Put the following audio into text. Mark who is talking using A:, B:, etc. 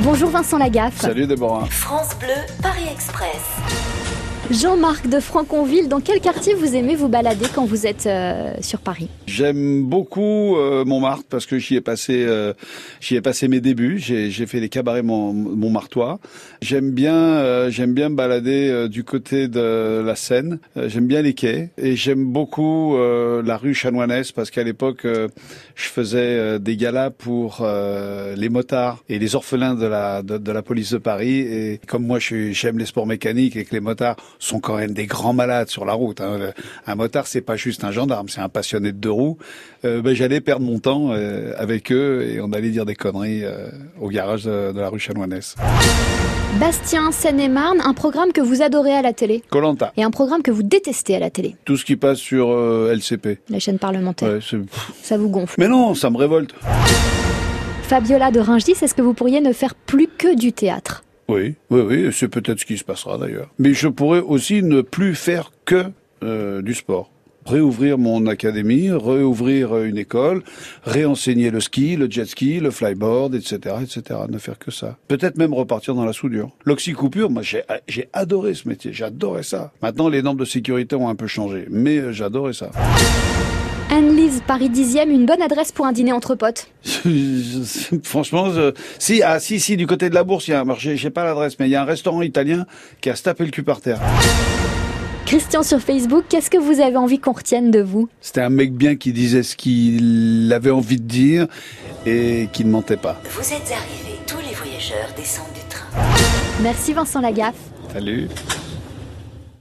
A: Bonjour Vincent Lagaffe.
B: Salut Déborah.
C: France Bleu, Paris Express.
A: Jean-Marc de Franconville, dans quel quartier vous aimez vous balader quand vous êtes euh, sur Paris
B: J'aime beaucoup euh, Montmartre parce que j'y ai passé, euh, j'y ai passé mes débuts. J'ai, j'ai fait les cabarets Mont- Montmartois. J'aime bien, euh, j'aime bien me balader euh, du côté de la Seine. Euh, j'aime bien les quais et j'aime beaucoup euh, la rue Chanoinesse parce qu'à l'époque, euh, je faisais euh, des galas pour euh, les motards et les orphelins de la de, de la police de Paris. Et comme moi, je suis- j'aime les sports mécaniques et que les motards sont quand même des grands malades sur la route. hein. Le- Un motard, c'est pas juste un gendarme, c'est un passionné de deux roues. Euh, ben, j'allais perdre mon temps euh, avec eux et on allait dire des conneries euh, au garage de, de la rue Chanoinesse.
A: Bastien, Seine-et-Marne, un programme que vous adorez à la télé
B: Colanta,
A: et un programme que vous détestez à la télé,
B: tout ce qui passe sur euh, LCP.
A: la chaîne parlementaire.
B: Ouais, c'est- pff,
A: Ça vous gonfle.
B: Mais non, ça me révolte.
A: Fabiola de Ringis, est-ce que vous pourriez ne faire plus que du théâtre
B: Oui, oui, oui, c'est peut-être ce qui se passera d'ailleurs. Mais je pourrais aussi ne plus faire que euh, du sport. Réouvrir mon académie, réouvrir euh, une école, réenseigner le ski, le jet ski, le flyboard, etc., etc. Ne faire que ça. Peut-être même repartir dans la soudure. L'oxycoupure, moi j'ai euh, j'ai adoré ce métier, j'adorais ça. Maintenant les normes de sécurité ont un peu changé, mais euh, j'adorais ça.
A: Anne-Lise, Paris 10e, une bonne adresse pour un dîner entre potes.
B: Franchement, je- si, ah, si, si, du côté de la bourse, il y a un marché, j'ai pas l'adresse, mais il y a un restaurant italien qui a se tapé le cul par terre.
A: Christian sur Facebook, qu'est-ce que vous avez envie qu'on retienne de vous
B: C'était un mec bien qui disait ce qu'il avait envie de dire et qui ne mentait pas.
C: Vous êtes arrivés. Tous les voyageurs descendent du train.
A: Merci Vincent Lagaffe.
B: Salut.